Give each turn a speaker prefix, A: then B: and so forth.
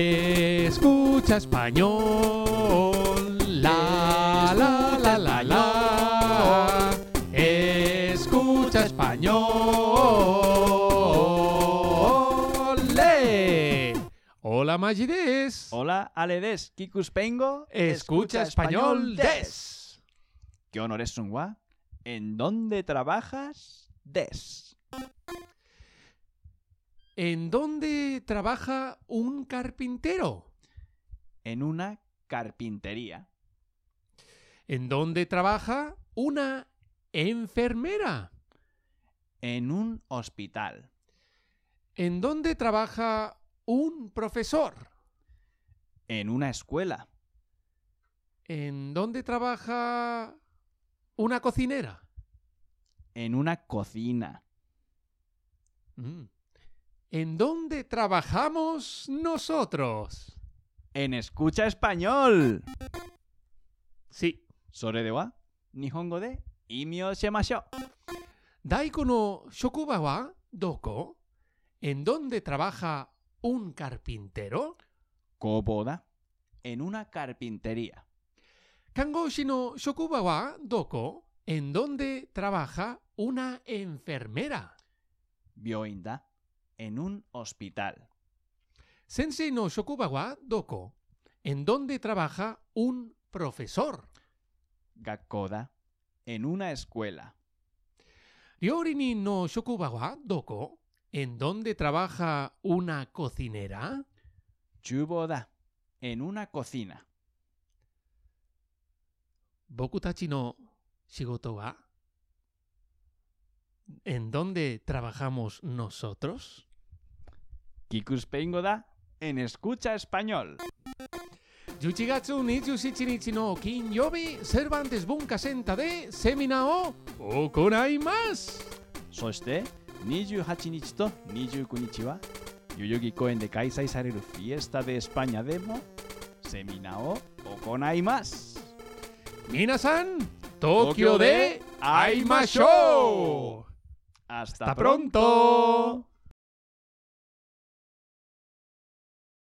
A: Escucha español. La la la la la. Escucha español. ¡Le! Hola Magides.
B: Hola, Ale Des, Kikus Pengo.
A: Escucha español des.
B: ¿Qué honor es un gua? ¿En dónde trabajas? Des.
A: ¿En dónde trabaja un carpintero?
B: En una carpintería.
A: ¿En dónde trabaja una enfermera?
B: En un hospital.
A: ¿En dónde trabaja un profesor?
B: En una escuela.
A: ¿En dónde trabaja una cocinera?
B: En una cocina.
A: Mm. ¿En dónde trabajamos nosotros?
B: En Escucha Español.
A: Sí.
B: Sore de wa, Nihongo de Imio Shemasho.
A: Daiko no shokuba wa doko. ¿En dónde trabaja un carpintero?
B: Koboda. En una carpintería.
A: Kangoshi no shokuba wa doko. ¿En dónde trabaja una enfermera?
B: Bioinda. En un hospital.
A: Sensei no shokuba wa doko. ¿En dónde trabaja un profesor?
B: Gakoda. En una escuela.
A: Ryorini no shokuba wa doko. ¿En dónde trabaja una cocinera?
B: Chuboda. En una cocina.
A: Boku tachi no shigoto wa. ¿En dónde trabajamos nosotros?
B: Kikus Pengo da. En Escucha Español.
A: 11月27日の金曜日、セルバンテス文化センターでセミナーを行います。
B: そして28日と29日は代々木公園で開催されるフィエスタでエスパニャでもセミナーを行います
A: 皆さん、東京で会いましょう
B: Hasta,
A: ¡Hasta pronto!